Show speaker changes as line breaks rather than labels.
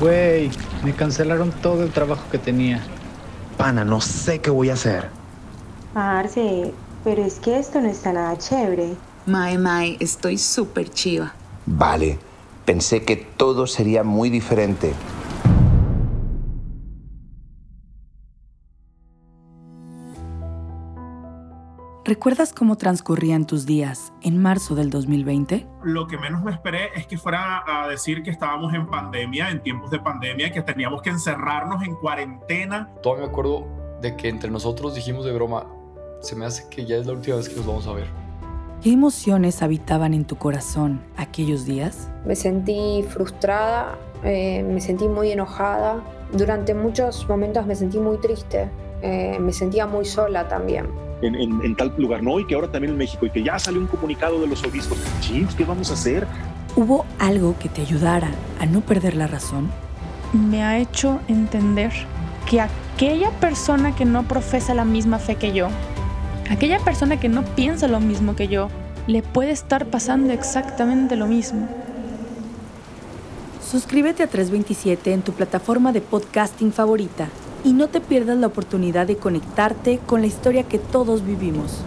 Güey, me cancelaron todo el trabajo que tenía.
Pana, no sé qué voy a hacer.
Parce, pero es que esto no está nada chévere.
Mae, mae, estoy súper chiva.
Vale, pensé que todo sería muy diferente.
¿Recuerdas cómo transcurrían tus días en marzo del 2020?
Lo que menos me esperé es que fuera a decir que estábamos en pandemia, en tiempos de pandemia, que teníamos que encerrarnos en cuarentena.
Todavía me acuerdo de que entre nosotros dijimos de broma, se me hace que ya es la última vez que nos vamos a ver.
¿Qué emociones habitaban en tu corazón aquellos días?
Me sentí frustrada, eh, me sentí muy enojada. Durante muchos momentos me sentí muy triste, eh, me sentía muy sola también.
En, en, en, tal lugar, ¿no? Y que ahora también en México, y que ya salió un comunicado de los obispos. Chips, ¿qué vamos a hacer?
¿Hubo algo que te ayudara a no perder la razón?
Me ha hecho entender que aquella persona que no profesa la misma fe que yo, aquella persona que no piensa lo mismo que yo, le puede estar pasando exactamente lo mismo.
Suscríbete a 327 en tu plataforma de podcasting favorita y no te pierdas la oportunidad de conectarte con la historia que todos vivimos.